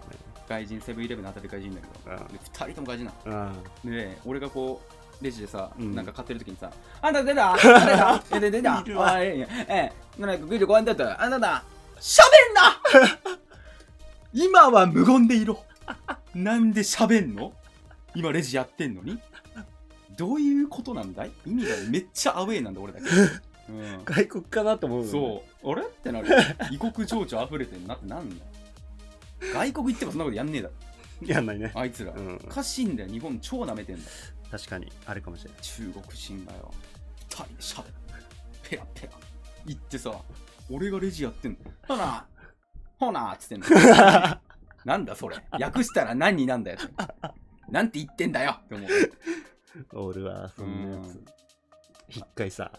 Speaker 2: 外人セブンイレブンの当たり外人だけど
Speaker 3: あ
Speaker 2: で2人とも外人な
Speaker 3: あ。
Speaker 2: ので俺がこうレジでさ、
Speaker 3: うん
Speaker 2: なんか買ってる時にさ「あんた 出た誰だえで出た
Speaker 3: いるわ
Speaker 2: あええ795円だったあんただ喋んな 今は無言でいろなんで喋んの今レジやってんのにどういうことなんだい意味がめっちゃアウェイなんだ俺だ け、うん
Speaker 3: 外国かなと思うよね
Speaker 2: そう、あれってなる。異国情緒溢れてんなってなんだよ。外国行ってもそんなことやんねえだろ、
Speaker 3: やんないね。
Speaker 2: あいつら。
Speaker 3: うん
Speaker 2: おかしいんだよ、日本超舐めてんだよ。
Speaker 3: 確かに、あれかもしれない。
Speaker 2: 中国人がよ。二人でしゃべる。ペラペラ。行ってさ、俺がレジやってんの。ほな、ほなっつってん の。なんだそれ。訳したら何になんだよって。なんて言ってんだよって思う。
Speaker 3: 俺は、そんなやつ。一回さ、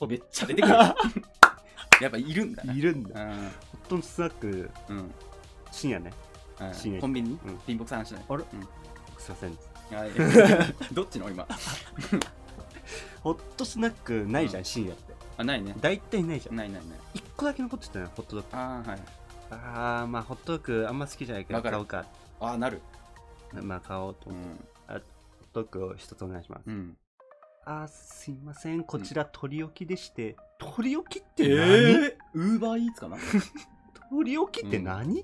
Speaker 2: うん、めっちゃ 出てくる。やっぱいるんだな。
Speaker 3: いるんだ。
Speaker 2: う
Speaker 3: ホットンスナック、
Speaker 2: ん。うん。
Speaker 3: 深夜ね。深
Speaker 2: うん
Speaker 3: 夜
Speaker 2: コンビニに
Speaker 3: うん
Speaker 2: 貧乏くさん話しない。
Speaker 3: あれ
Speaker 2: うん
Speaker 3: すいません。
Speaker 2: はい、どっちの今
Speaker 3: ホットスナックないじゃん、深夜って。
Speaker 2: あないね
Speaker 3: 大体ないじゃん。
Speaker 2: ないないない
Speaker 3: 一個だけ残ってたのよ、ホットドッグ。
Speaker 2: あーはい
Speaker 3: ああ、まあ、ホットドッグあんま好きじゃないから
Speaker 2: わ
Speaker 3: 買
Speaker 2: かる
Speaker 3: おうか。
Speaker 2: あーなる
Speaker 3: まあ、買おうと
Speaker 2: う
Speaker 3: 思って。
Speaker 2: ん
Speaker 3: ホットドッグを一つお願いします。
Speaker 2: うん
Speaker 3: あー、すいません。こちら、取り置きでして。取り置きって何、
Speaker 2: えウーバーイーツかない
Speaker 3: 取り置きって何、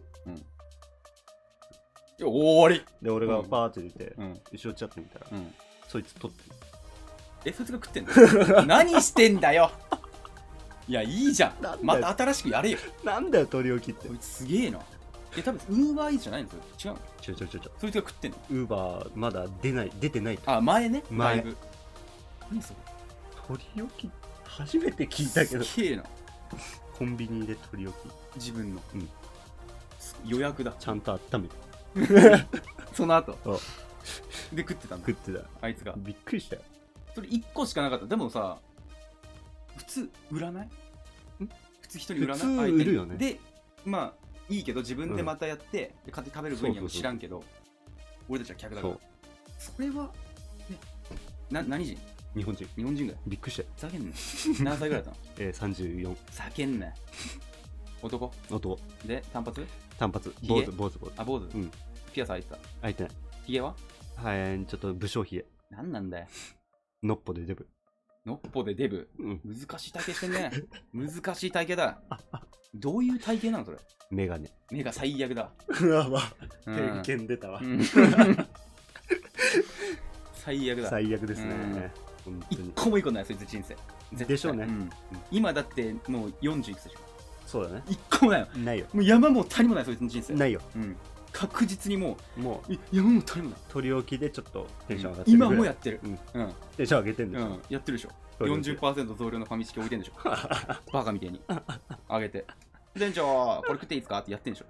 Speaker 2: や終わ
Speaker 3: で、俺が
Speaker 2: うん
Speaker 3: パーって出て
Speaker 2: り、うん
Speaker 3: 後ろちょっと見たら、
Speaker 2: うん
Speaker 3: そいつ取ってる。
Speaker 2: えそいつが食ってん の何してんだよいやいいじゃん
Speaker 3: なんだよ
Speaker 2: また新しくやれよ
Speaker 3: なんだよ、取り置きって
Speaker 2: こ。いつすげえないや多分ウーバーイーツじゃないんですよ違うの
Speaker 3: ちょちょちょちょ。
Speaker 2: そいつが食ってんの
Speaker 3: ウーバー、まだ出ない、出てない。
Speaker 2: あ前ね
Speaker 3: 前
Speaker 2: だいぶ何それ
Speaker 3: 取り置き初めて聞いたけど。
Speaker 2: すげえな
Speaker 3: コンビニで取り置き。
Speaker 2: 自分の、
Speaker 3: うん
Speaker 2: 予約だ
Speaker 3: ちゃんと温めて
Speaker 2: その後
Speaker 3: そう
Speaker 2: で食ってたんだ
Speaker 3: 食ってた。
Speaker 2: あいつが
Speaker 3: びっくりしたよ。
Speaker 2: それ1個しかなかったでもさ普通売らない普通人に売らない
Speaker 3: 普通
Speaker 2: 相手に
Speaker 3: 売るよね
Speaker 2: でまあいいけど自分でまたやって、で買って食べる分
Speaker 3: そうそう
Speaker 2: には
Speaker 3: そう
Speaker 2: もう知らんけど俺たちは客だ
Speaker 3: そ
Speaker 2: から
Speaker 3: う。
Speaker 2: それは、ね、な何人
Speaker 3: 日本人。
Speaker 2: 日本人だよ
Speaker 3: びっくりしたよ。
Speaker 2: ふざけんな何歳ぐらいだったの
Speaker 3: えー、34。
Speaker 2: ふざけんな男
Speaker 3: 男。
Speaker 2: で単発
Speaker 3: 単発。
Speaker 2: ひげ
Speaker 3: 坊主、坊主、坊主。
Speaker 2: あ坊主、
Speaker 3: うん
Speaker 2: ピアス開いてた
Speaker 3: 開いてない。
Speaker 2: ひげは
Speaker 3: はい、ちょっと武将冷え。
Speaker 2: 何なんだよ
Speaker 3: のっぽでデブ。
Speaker 2: のっぽでデブ
Speaker 3: うん。
Speaker 2: 難しい体型して んね難しい体型だどういう体型なのそれ
Speaker 3: メガネ。
Speaker 2: 目が最悪だ
Speaker 3: うわ、わ、
Speaker 2: うん
Speaker 3: 見出たわ
Speaker 2: うん最悪だ
Speaker 3: 最悪ですね。本当
Speaker 2: 一
Speaker 3: に。
Speaker 2: 個もいいことないそいつ人生絶対
Speaker 3: でしょうね
Speaker 2: ん今だってもう40いくつでしょ
Speaker 3: そうだね。
Speaker 2: 一個もないよ
Speaker 3: ないよ。
Speaker 2: もう山も谷もないそいつの人生
Speaker 3: ないよ。
Speaker 2: うん確実にも
Speaker 3: もう、
Speaker 2: うい山も谷もない
Speaker 3: 取り置きでちょっとテンション上がってるぐ
Speaker 2: 今
Speaker 3: らい。
Speaker 2: もやってる
Speaker 3: うん
Speaker 2: うん
Speaker 3: テンション上げてんで
Speaker 2: う
Speaker 3: しょ。
Speaker 2: んやってるでしょ
Speaker 3: 取り置き
Speaker 2: 40%増量のファミチキ置いて んでしょバカみたいにあげて店長これ食っていいですかってやってんでしょ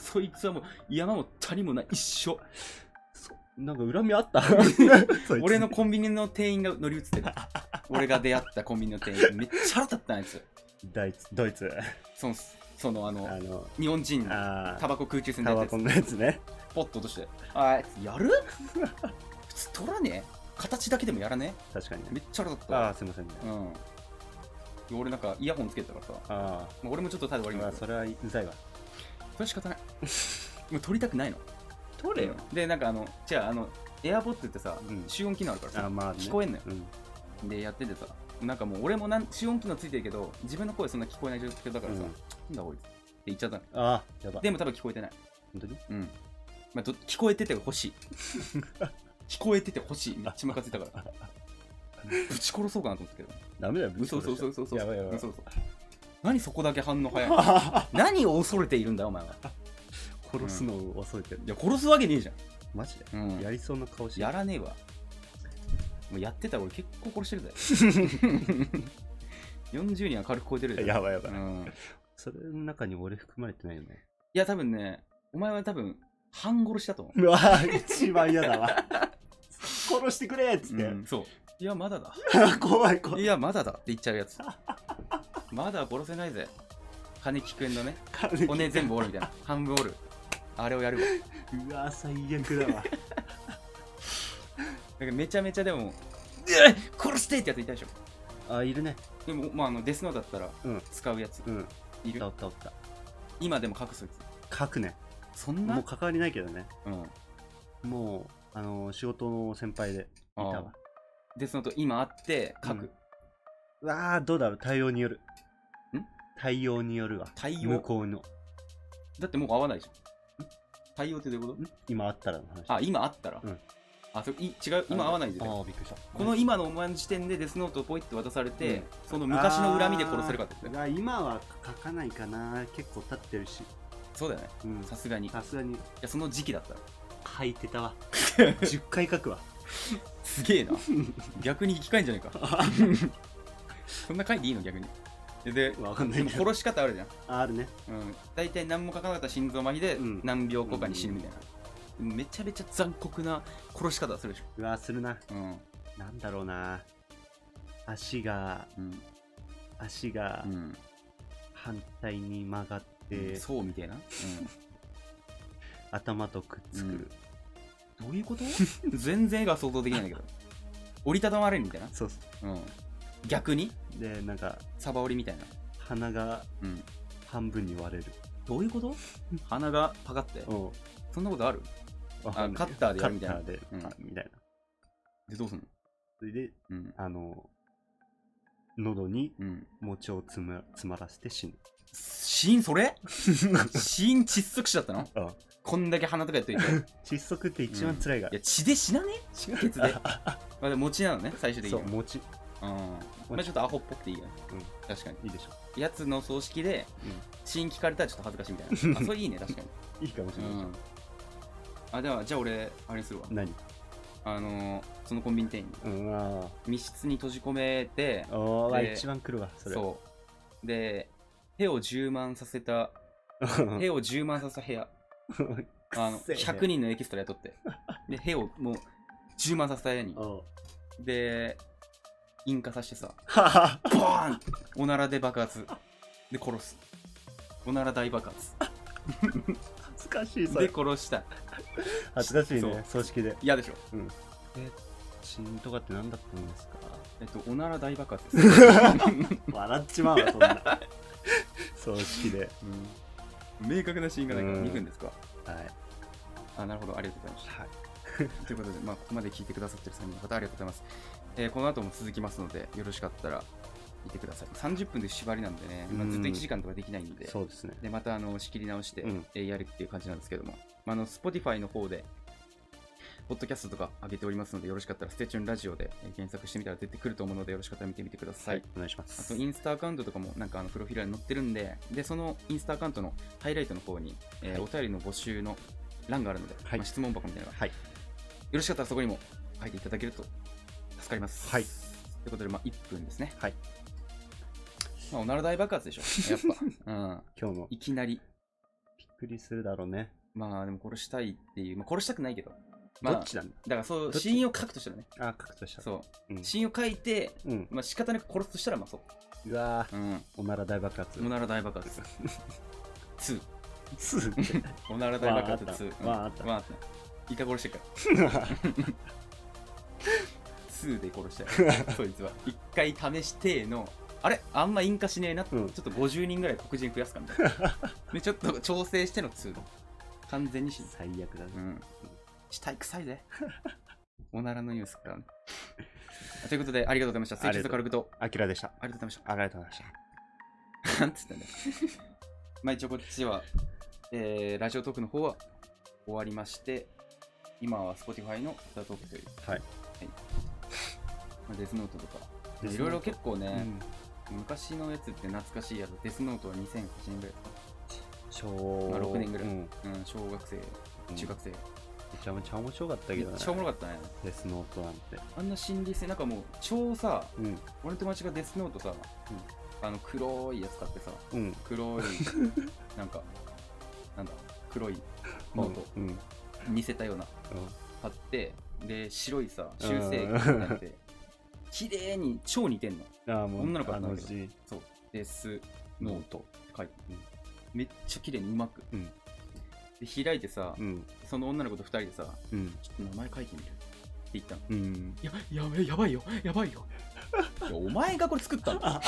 Speaker 2: そいつはもう山も谷もない一緒
Speaker 3: そなんか恨みあ ったそいつ
Speaker 2: 俺のコンビニの店員が乗り移って る俺が出会ったコンビニの店員めっちゃ腹立ったんです
Speaker 3: ドイツドイツ
Speaker 2: そのそのあの
Speaker 3: あの
Speaker 2: 日本人の
Speaker 3: あ
Speaker 2: タ
Speaker 3: ー
Speaker 2: バコ空中戦で
Speaker 3: タ
Speaker 2: や
Speaker 3: バ
Speaker 2: った
Speaker 3: コ
Speaker 2: や
Speaker 3: のやつね
Speaker 2: つポットとしてあいやる普通取らねえ形だけでもやらね
Speaker 3: 確かに
Speaker 2: えめっちゃ腹立っ
Speaker 3: あ
Speaker 2: た
Speaker 3: あすいませんね
Speaker 2: うん俺なんかイヤホンつけてたからさ、
Speaker 3: あ
Speaker 2: まあ俺もちょっと態度
Speaker 3: あ、
Speaker 2: 悪いん
Speaker 3: ま
Speaker 2: だ
Speaker 3: あ、
Speaker 2: け
Speaker 3: そ
Speaker 2: ど、
Speaker 3: れはうざいわ。
Speaker 2: それ仕 方ない。もう撮りたくないの。
Speaker 3: 取れよ。
Speaker 2: で、なんかあの、じゃあ、あの、エアボッツってさ、
Speaker 3: うん
Speaker 2: 集音機能あるから
Speaker 3: あ
Speaker 2: さ、
Speaker 3: まあ、
Speaker 2: 聞こえんのよ
Speaker 3: うん。
Speaker 2: で、やっててさ、なんかもう俺もなん集音機能ついてるけど、自分の声そんな聞こえない状況だからさ、
Speaker 3: うん
Speaker 2: なんだこいつって言っちゃったのよ。
Speaker 3: ああ、やば。
Speaker 2: でも多分聞こえてない。
Speaker 3: 本当に
Speaker 2: うん。まあ、ど聞こえててほしい。 聞こえててほしい。めっちゃムカつい たから。ぶち殺そうかなと思ったけど。
Speaker 3: ダメだよ、ぶち
Speaker 2: 嘘
Speaker 3: 殺
Speaker 2: 嘘
Speaker 3: しちゃ
Speaker 2: 嘘嘘嘘。
Speaker 3: やばいやばい
Speaker 2: 嘘。嘘。何そこだけ反応早 いの
Speaker 3: あ
Speaker 2: 何を恐れているんだお前は。
Speaker 3: ー 殺すのを恐れてる
Speaker 2: い。や、殺すわけねえじ
Speaker 3: マジで
Speaker 2: ゃん。うん。
Speaker 3: やりそうな顔して
Speaker 2: や
Speaker 3: る。
Speaker 2: らねえわ。もうやってたら俺結構殺してるぜ。40人は軽く超えてるじゃん。
Speaker 3: やばいやばい。
Speaker 2: うん、い
Speaker 3: それの中に俺含まれてないよ ね。
Speaker 2: や、多分ね、お前は多分、半殺しだと思
Speaker 3: うわー一番嫌だ わ。殺してくれっつ
Speaker 2: う。
Speaker 3: って。
Speaker 2: うんそう。いや、まだだ。
Speaker 3: 怖い怖
Speaker 2: い
Speaker 3: い。
Speaker 2: や、まだだって言っちゃうやつ。まだ殺せないぜ。金木くんのね、骨全部折るみ たいな。半分折る。あれをやるわ。
Speaker 3: うわー最悪だわ。
Speaker 2: なんかめちゃめちゃでも、うっ殺してってやついたでしょ。
Speaker 3: あ、いるね。
Speaker 2: でも、まあ、あのデスノーだったら
Speaker 3: うん
Speaker 2: 使うやつ、
Speaker 3: うん。
Speaker 2: い
Speaker 3: おっ
Speaker 2: る
Speaker 3: たお。ったおった。
Speaker 2: 今でも隠すや
Speaker 3: 書くね。
Speaker 2: つ。そんな
Speaker 3: もう関わりないけどね。
Speaker 2: うん、
Speaker 3: もう、あのー、仕事の先輩でいた
Speaker 2: あ
Speaker 3: わ。
Speaker 2: デスノート今あって書
Speaker 3: う
Speaker 2: く、
Speaker 3: んうわあ、どうだろう。対応による。対応によるわ。
Speaker 2: 対応
Speaker 3: 向こうの。
Speaker 2: だってもう合わないじゃん対応ってどういうこと
Speaker 3: ん今あったらの話。
Speaker 2: あ今あったら、
Speaker 3: うん
Speaker 2: あそれい違う今合わないんです
Speaker 3: あ
Speaker 2: ね
Speaker 3: ーびっくりした。
Speaker 2: この今のお前の時点でデスノートをポイって渡されて、
Speaker 3: うん
Speaker 2: その昔の恨みで殺せるかってこと
Speaker 3: あ
Speaker 2: だ
Speaker 3: ー
Speaker 2: よ
Speaker 3: いや今は書かないかな結構経ってるし
Speaker 2: そうだよね
Speaker 3: うん
Speaker 2: さすがにい
Speaker 3: さすがに
Speaker 2: やその時期だったら
Speaker 3: 書いてたわ 10回書くわ
Speaker 2: すげ えな逆に生き返んじゃねえか そんな書いていいの逆にでで
Speaker 3: わかんな
Speaker 2: で
Speaker 3: い
Speaker 2: も
Speaker 3: けど
Speaker 2: 殺し方あるじゃん、
Speaker 3: ああるね
Speaker 2: うん、大体何も書かなかった心臓麻痺で
Speaker 3: うん
Speaker 2: 何秒後かに死ぬみたいな、めちゃめちゃ残酷な殺し方するでし
Speaker 3: うわするな
Speaker 2: ょ、うん
Speaker 3: なんだろうな足が
Speaker 2: うん
Speaker 3: 足が
Speaker 2: うん
Speaker 3: 反対に曲がって、
Speaker 2: そうみたいな、
Speaker 3: 頭とくっつく、
Speaker 2: うんどういうこと全然絵が想像できないんだ けど折りたたまれるみたいな、
Speaker 3: そうそ
Speaker 2: うん、逆に
Speaker 3: うでなんか
Speaker 2: サバ折りみたいな、
Speaker 3: 鼻が
Speaker 2: うん、
Speaker 3: 半分に割れる
Speaker 2: どういうこと鼻がパカって
Speaker 3: おう
Speaker 2: そんなことある
Speaker 3: わかんない
Speaker 2: カッターでやるみたいな
Speaker 3: カッターで、
Speaker 2: うん
Speaker 3: あみたいな
Speaker 2: でどうすんの
Speaker 3: それで
Speaker 2: うん
Speaker 3: あの喉に
Speaker 2: うん
Speaker 3: 餅をつむ詰まらせて死ぬ
Speaker 2: 死因そ れ死因窒息死だったの
Speaker 3: あ
Speaker 2: こんだけ鼻とかや っといてい
Speaker 3: 窒息って一番辛いが、
Speaker 2: や血で死なね血で まあでも餅なのね最終的
Speaker 3: そ
Speaker 2: に
Speaker 3: う
Speaker 2: は
Speaker 3: 餅
Speaker 2: うんまあちょっとアホっぽくていいよね、
Speaker 3: う
Speaker 2: 確かに
Speaker 3: いいでしょ、
Speaker 2: やつの葬式で死因聞かれたらちょっと恥ずかしいみ たいなあそれいいね確かに
Speaker 3: いいかもしれない、
Speaker 2: うん、あではじゃあ俺あれするわ
Speaker 3: 何
Speaker 2: あのーそのコンビニ店員
Speaker 3: うんあ
Speaker 2: 密室に閉じ込めて
Speaker 3: ーおー
Speaker 2: で
Speaker 3: 一番来るわそ
Speaker 2: そ
Speaker 3: れ
Speaker 2: うで手を充満させた手を充満させた部屋あの100
Speaker 3: 人
Speaker 2: 人のエキストラ雇ってで部屋をもう充満させた部屋にで引火させ てさボーンおならで爆発で殺すおなら大爆発
Speaker 3: 恥ずかしいそ
Speaker 2: で
Speaker 3: れ
Speaker 2: 殺した
Speaker 3: 恥ずかしい
Speaker 2: そう
Speaker 3: ね葬式で
Speaker 2: 嫌でしょ
Speaker 3: 死んとかって何だったんですか
Speaker 2: えっとおなら大爆 発です
Speaker 3: 笑っちまうわそん な葬式で
Speaker 2: 明確なシーンがないから
Speaker 3: うん
Speaker 2: 2分ですか、
Speaker 3: はい、
Speaker 2: あなるほどありがとうございましたということで、まあ、ここまで聞いてくださってる3人の方ありがとうございます、えーこの後も続きますのでよろしかったら見てください30分で縛りなんでね、まあ、
Speaker 3: うん
Speaker 2: ずっと1時間とかできないんで
Speaker 3: そうですね
Speaker 2: でまたあの仕切り直して、
Speaker 3: うん
Speaker 2: えーやるっていう感じなんですけども、まあ、あの Spotify の方でポッドキャストとか上げておりますのでよろしかったらステーチューンラジオでえー検索してみたら出てくると思うのでよろしかったら見てみてください、
Speaker 3: お願いしま
Speaker 2: あと
Speaker 3: す
Speaker 2: インスタアカウントとかもなんかあのプロフィールに載ってるんで、で、そのインスタアカウントのハイライトの方に、えーお便りの募集の欄があるので、
Speaker 3: はい
Speaker 2: まあ質問箱みたいなのが、
Speaker 3: はい
Speaker 2: よろしかったらそこにも書いていただけると助かります。
Speaker 3: はい
Speaker 2: ということで、まあ1分ですね。
Speaker 3: はい
Speaker 2: まあ、おなら大爆発でしょ、やっぱ。 うん。
Speaker 3: 今日もび
Speaker 2: いきなり。
Speaker 3: っくりするだろうね、
Speaker 2: まあ、でも殺したいっていう、まあ、殺したくないけど。まあ、
Speaker 3: どっちなんだ
Speaker 2: だからそう、
Speaker 3: どっち
Speaker 2: 死因を書くとしたらね、
Speaker 3: あー書くとしたら
Speaker 2: そうう、
Speaker 3: ん、
Speaker 2: 死因を書いて、
Speaker 3: うん、
Speaker 2: まあ仕方なく殺すとしたら、まあそう
Speaker 3: わ
Speaker 2: う。うん。
Speaker 3: ーおなら大爆発
Speaker 2: おなら大爆 発。2。
Speaker 3: すぐって
Speaker 2: おなら大爆発2。
Speaker 3: まああった
Speaker 2: うんまああった。イカ殺してるから。2で殺したよ。そいつは。一回試してのあれあんま引火しねえな、
Speaker 3: うん
Speaker 2: ちょっと50人ぐらい黒人増やすかみたいな でちょっと調整しての通路完全にし
Speaker 3: 最悪だね
Speaker 2: うん死体臭いぜおならのニュースからねということでありがとうございました
Speaker 3: ありがと
Speaker 2: 清楚
Speaker 3: う
Speaker 2: 軽くと
Speaker 3: あきらでした
Speaker 2: ありがとうございま
Speaker 3: ありがとうございました
Speaker 2: したなんつったんだよ まあ一応こっちは、えーラジオトークの方は終わりまして今は Spotify のスタートークという、
Speaker 3: はい
Speaker 2: まあ、デスノートとかいろいろ結構ね、
Speaker 3: うん
Speaker 2: 昔のやつって懐かしいやつ、デスノートは2008年ぐらい、
Speaker 3: 小
Speaker 2: まあ6年ぐらい
Speaker 3: うん
Speaker 2: うん、小学生、
Speaker 3: うん
Speaker 2: 中学生、
Speaker 3: めちゃめちゃ面白かったけど
Speaker 2: め
Speaker 3: ね
Speaker 2: っちゃおもろかったね。
Speaker 3: デスノートなんて
Speaker 2: あんな心理性、なんかもう、超さ、
Speaker 3: うん
Speaker 2: 俺の友達がデスノートさ、あの黒いやつ買ってさ、
Speaker 3: うん
Speaker 2: 黒い、なんか、なんだ、黒いノート、
Speaker 3: うんうん
Speaker 2: 似せたような、買って、で、白いさ、修正
Speaker 3: うん
Speaker 2: 液になって、綺麗に超似てんの。
Speaker 3: ああもう
Speaker 2: 女の子だ
Speaker 3: あ
Speaker 2: ったん
Speaker 3: の
Speaker 2: だけど
Speaker 3: 字
Speaker 2: そう、デスノートって書いてある、めっちゃ綺麗にうまく。
Speaker 3: うん
Speaker 2: で開いてさ、
Speaker 3: うん
Speaker 2: その女の子と2人でさ、
Speaker 3: うん
Speaker 2: ちょっと名前書いてみるって言ったの。
Speaker 3: うん
Speaker 2: や、やべえ、やばいよ、やば いよ。いやお前がこれ作ったんだ。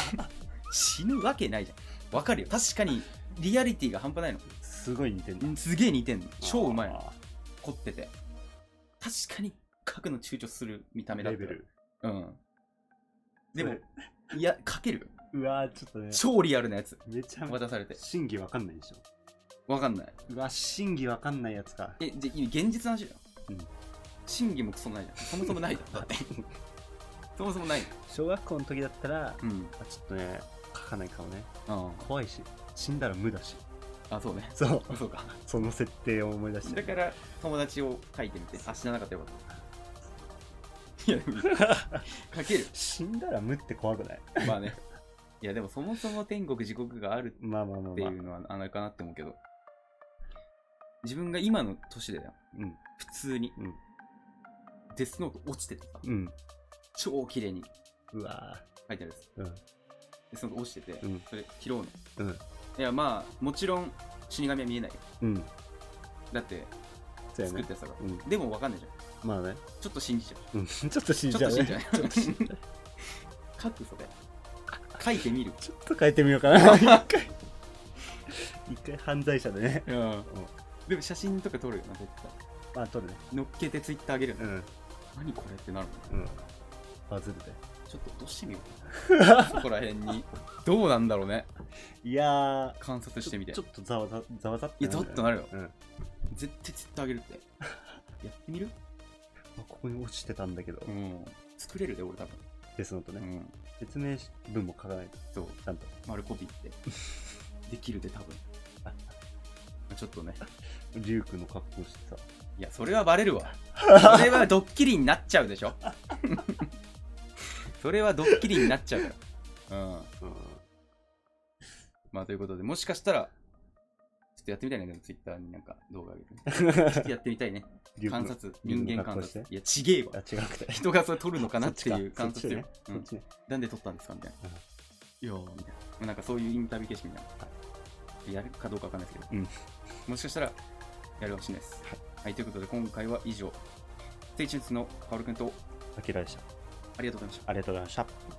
Speaker 2: 死ぬわけないじゃん。わかるよ。確かに、リアリティが半端ないの。
Speaker 3: すごい似てん
Speaker 2: う
Speaker 3: だ
Speaker 2: んすげえ似てんの。超うまいの。
Speaker 3: あ
Speaker 2: 凝ってて。確かに、書くの躊躇する見た
Speaker 3: ー
Speaker 2: 目だっ
Speaker 3: レ
Speaker 2: た
Speaker 3: ベ
Speaker 2: よ。
Speaker 3: ル
Speaker 2: うん。でも
Speaker 3: それ、
Speaker 2: いや、書けるよ。
Speaker 3: うわーちょっとね
Speaker 2: 超リアルなやつ。
Speaker 3: めちゃめちゃ
Speaker 2: 渡されて。
Speaker 3: 真偽わかんないでしょ
Speaker 2: わかんない。
Speaker 3: うわ真偽わかんないやつか
Speaker 2: え、じゃあ、現実の話だよ。
Speaker 3: うん
Speaker 2: 真偽もクソもないじゃん。そもそもないじゃん。 だってそもそもない。
Speaker 3: 小学校の時だったら
Speaker 2: うん。
Speaker 3: あちょっとね書かないかもね
Speaker 2: あ
Speaker 3: 怖いし死んだら無だし
Speaker 2: あ、そうね。
Speaker 3: そう
Speaker 2: そうか。
Speaker 3: その設定を思い出して
Speaker 2: だから、友達を書いてみて、あ、死ななかったよか った。いや、でも書ける。
Speaker 3: 死んだら無って怖くない
Speaker 2: まあね。いや、でもそもそも天国、地獄がある
Speaker 3: まあまあまあ
Speaker 2: って
Speaker 3: まあ
Speaker 2: いうのは、あれかなって思うけど。自分が今の年でだよ。
Speaker 3: うん
Speaker 2: 普通に。
Speaker 3: うん
Speaker 2: デスノート落ちててさ、
Speaker 3: うん
Speaker 2: 超綺麗に
Speaker 3: うわ
Speaker 2: 書いてあるやつ。
Speaker 3: ー
Speaker 2: デスノート落ちてて、
Speaker 3: うん
Speaker 2: それ拾うの。
Speaker 3: うんうん
Speaker 2: いや、まあ、もちろん死神は見えないよ。
Speaker 3: うん
Speaker 2: だって、
Speaker 3: そうや
Speaker 2: 作っ
Speaker 3: ね
Speaker 2: たやつだから。
Speaker 3: うん
Speaker 2: でも分かんないじゃん。
Speaker 3: まあね
Speaker 2: ちょっと信じちゃう。
Speaker 3: うん ちょっと死ん
Speaker 2: ち
Speaker 3: じ
Speaker 2: ょ
Speaker 3: ゃ
Speaker 2: っ
Speaker 3: う
Speaker 2: と信
Speaker 3: ね
Speaker 2: じちゃう。
Speaker 3: ちょっと死んじゃう
Speaker 2: 書くそれ。書いてみる。
Speaker 3: ちょっと変えてみようか な一回一回犯罪者でね
Speaker 2: うんでも写真とか撮るよな、絶対。
Speaker 3: まあ撮るね
Speaker 2: 乗っけてツイッターあげるよ
Speaker 3: う
Speaker 2: な。
Speaker 3: ん
Speaker 2: 何これってなるの
Speaker 3: うんバズるで
Speaker 2: ちょっと落としてみよ う。そこら辺に。どうなんだろうね。
Speaker 3: いやー
Speaker 2: 観察してみて。
Speaker 3: ちょちょっとざわざざわざって
Speaker 2: いや、ちょっとなるよ。
Speaker 3: うん
Speaker 2: 絶対ツイッターあげるって。やってみる
Speaker 3: まあここに落ちてたんだけど、
Speaker 2: うん。作れるで、俺多分。
Speaker 3: ですのと
Speaker 2: う
Speaker 3: ね、
Speaker 2: ん。
Speaker 3: 説明文も書かないと、
Speaker 2: そう。
Speaker 3: ちゃんと。
Speaker 2: 丸コピー って。できるで、多分。 ちょっと ね。
Speaker 3: リュウ君の格好してさ、
Speaker 2: いや、それはバレる わ。それはドッキリになっちゃうでしょ。 それはドッキリになっちゃうから。うん。まあ、ということで、もしかしたら、ちょっとやってみたいね、でも、ツイッターになんか動画あげ る。 ちょっとやってみたいね。
Speaker 3: リュウ君の
Speaker 2: 観察、人間観察
Speaker 3: リュウ君の格好して。
Speaker 2: いや、ちげえわ。
Speaker 3: あ、違くて。
Speaker 2: 人がそれ撮るのかなって
Speaker 3: そっ
Speaker 2: い
Speaker 3: ち
Speaker 2: う
Speaker 3: か
Speaker 2: 観察よ。う
Speaker 3: そっ
Speaker 2: ん
Speaker 3: ちね
Speaker 2: なんで撮ったんですかみたいな。いやーみたいな。なんかそういうインタビュー形式みたいな。やるかどうかわかんないですけど、
Speaker 3: うん
Speaker 2: もしかしたらやるかもしれないです。はい、ということで今回は以上。ステイチューンズのカオルくんと
Speaker 3: あきらでした。
Speaker 2: ありがとうございました。
Speaker 3: ありがとうございました。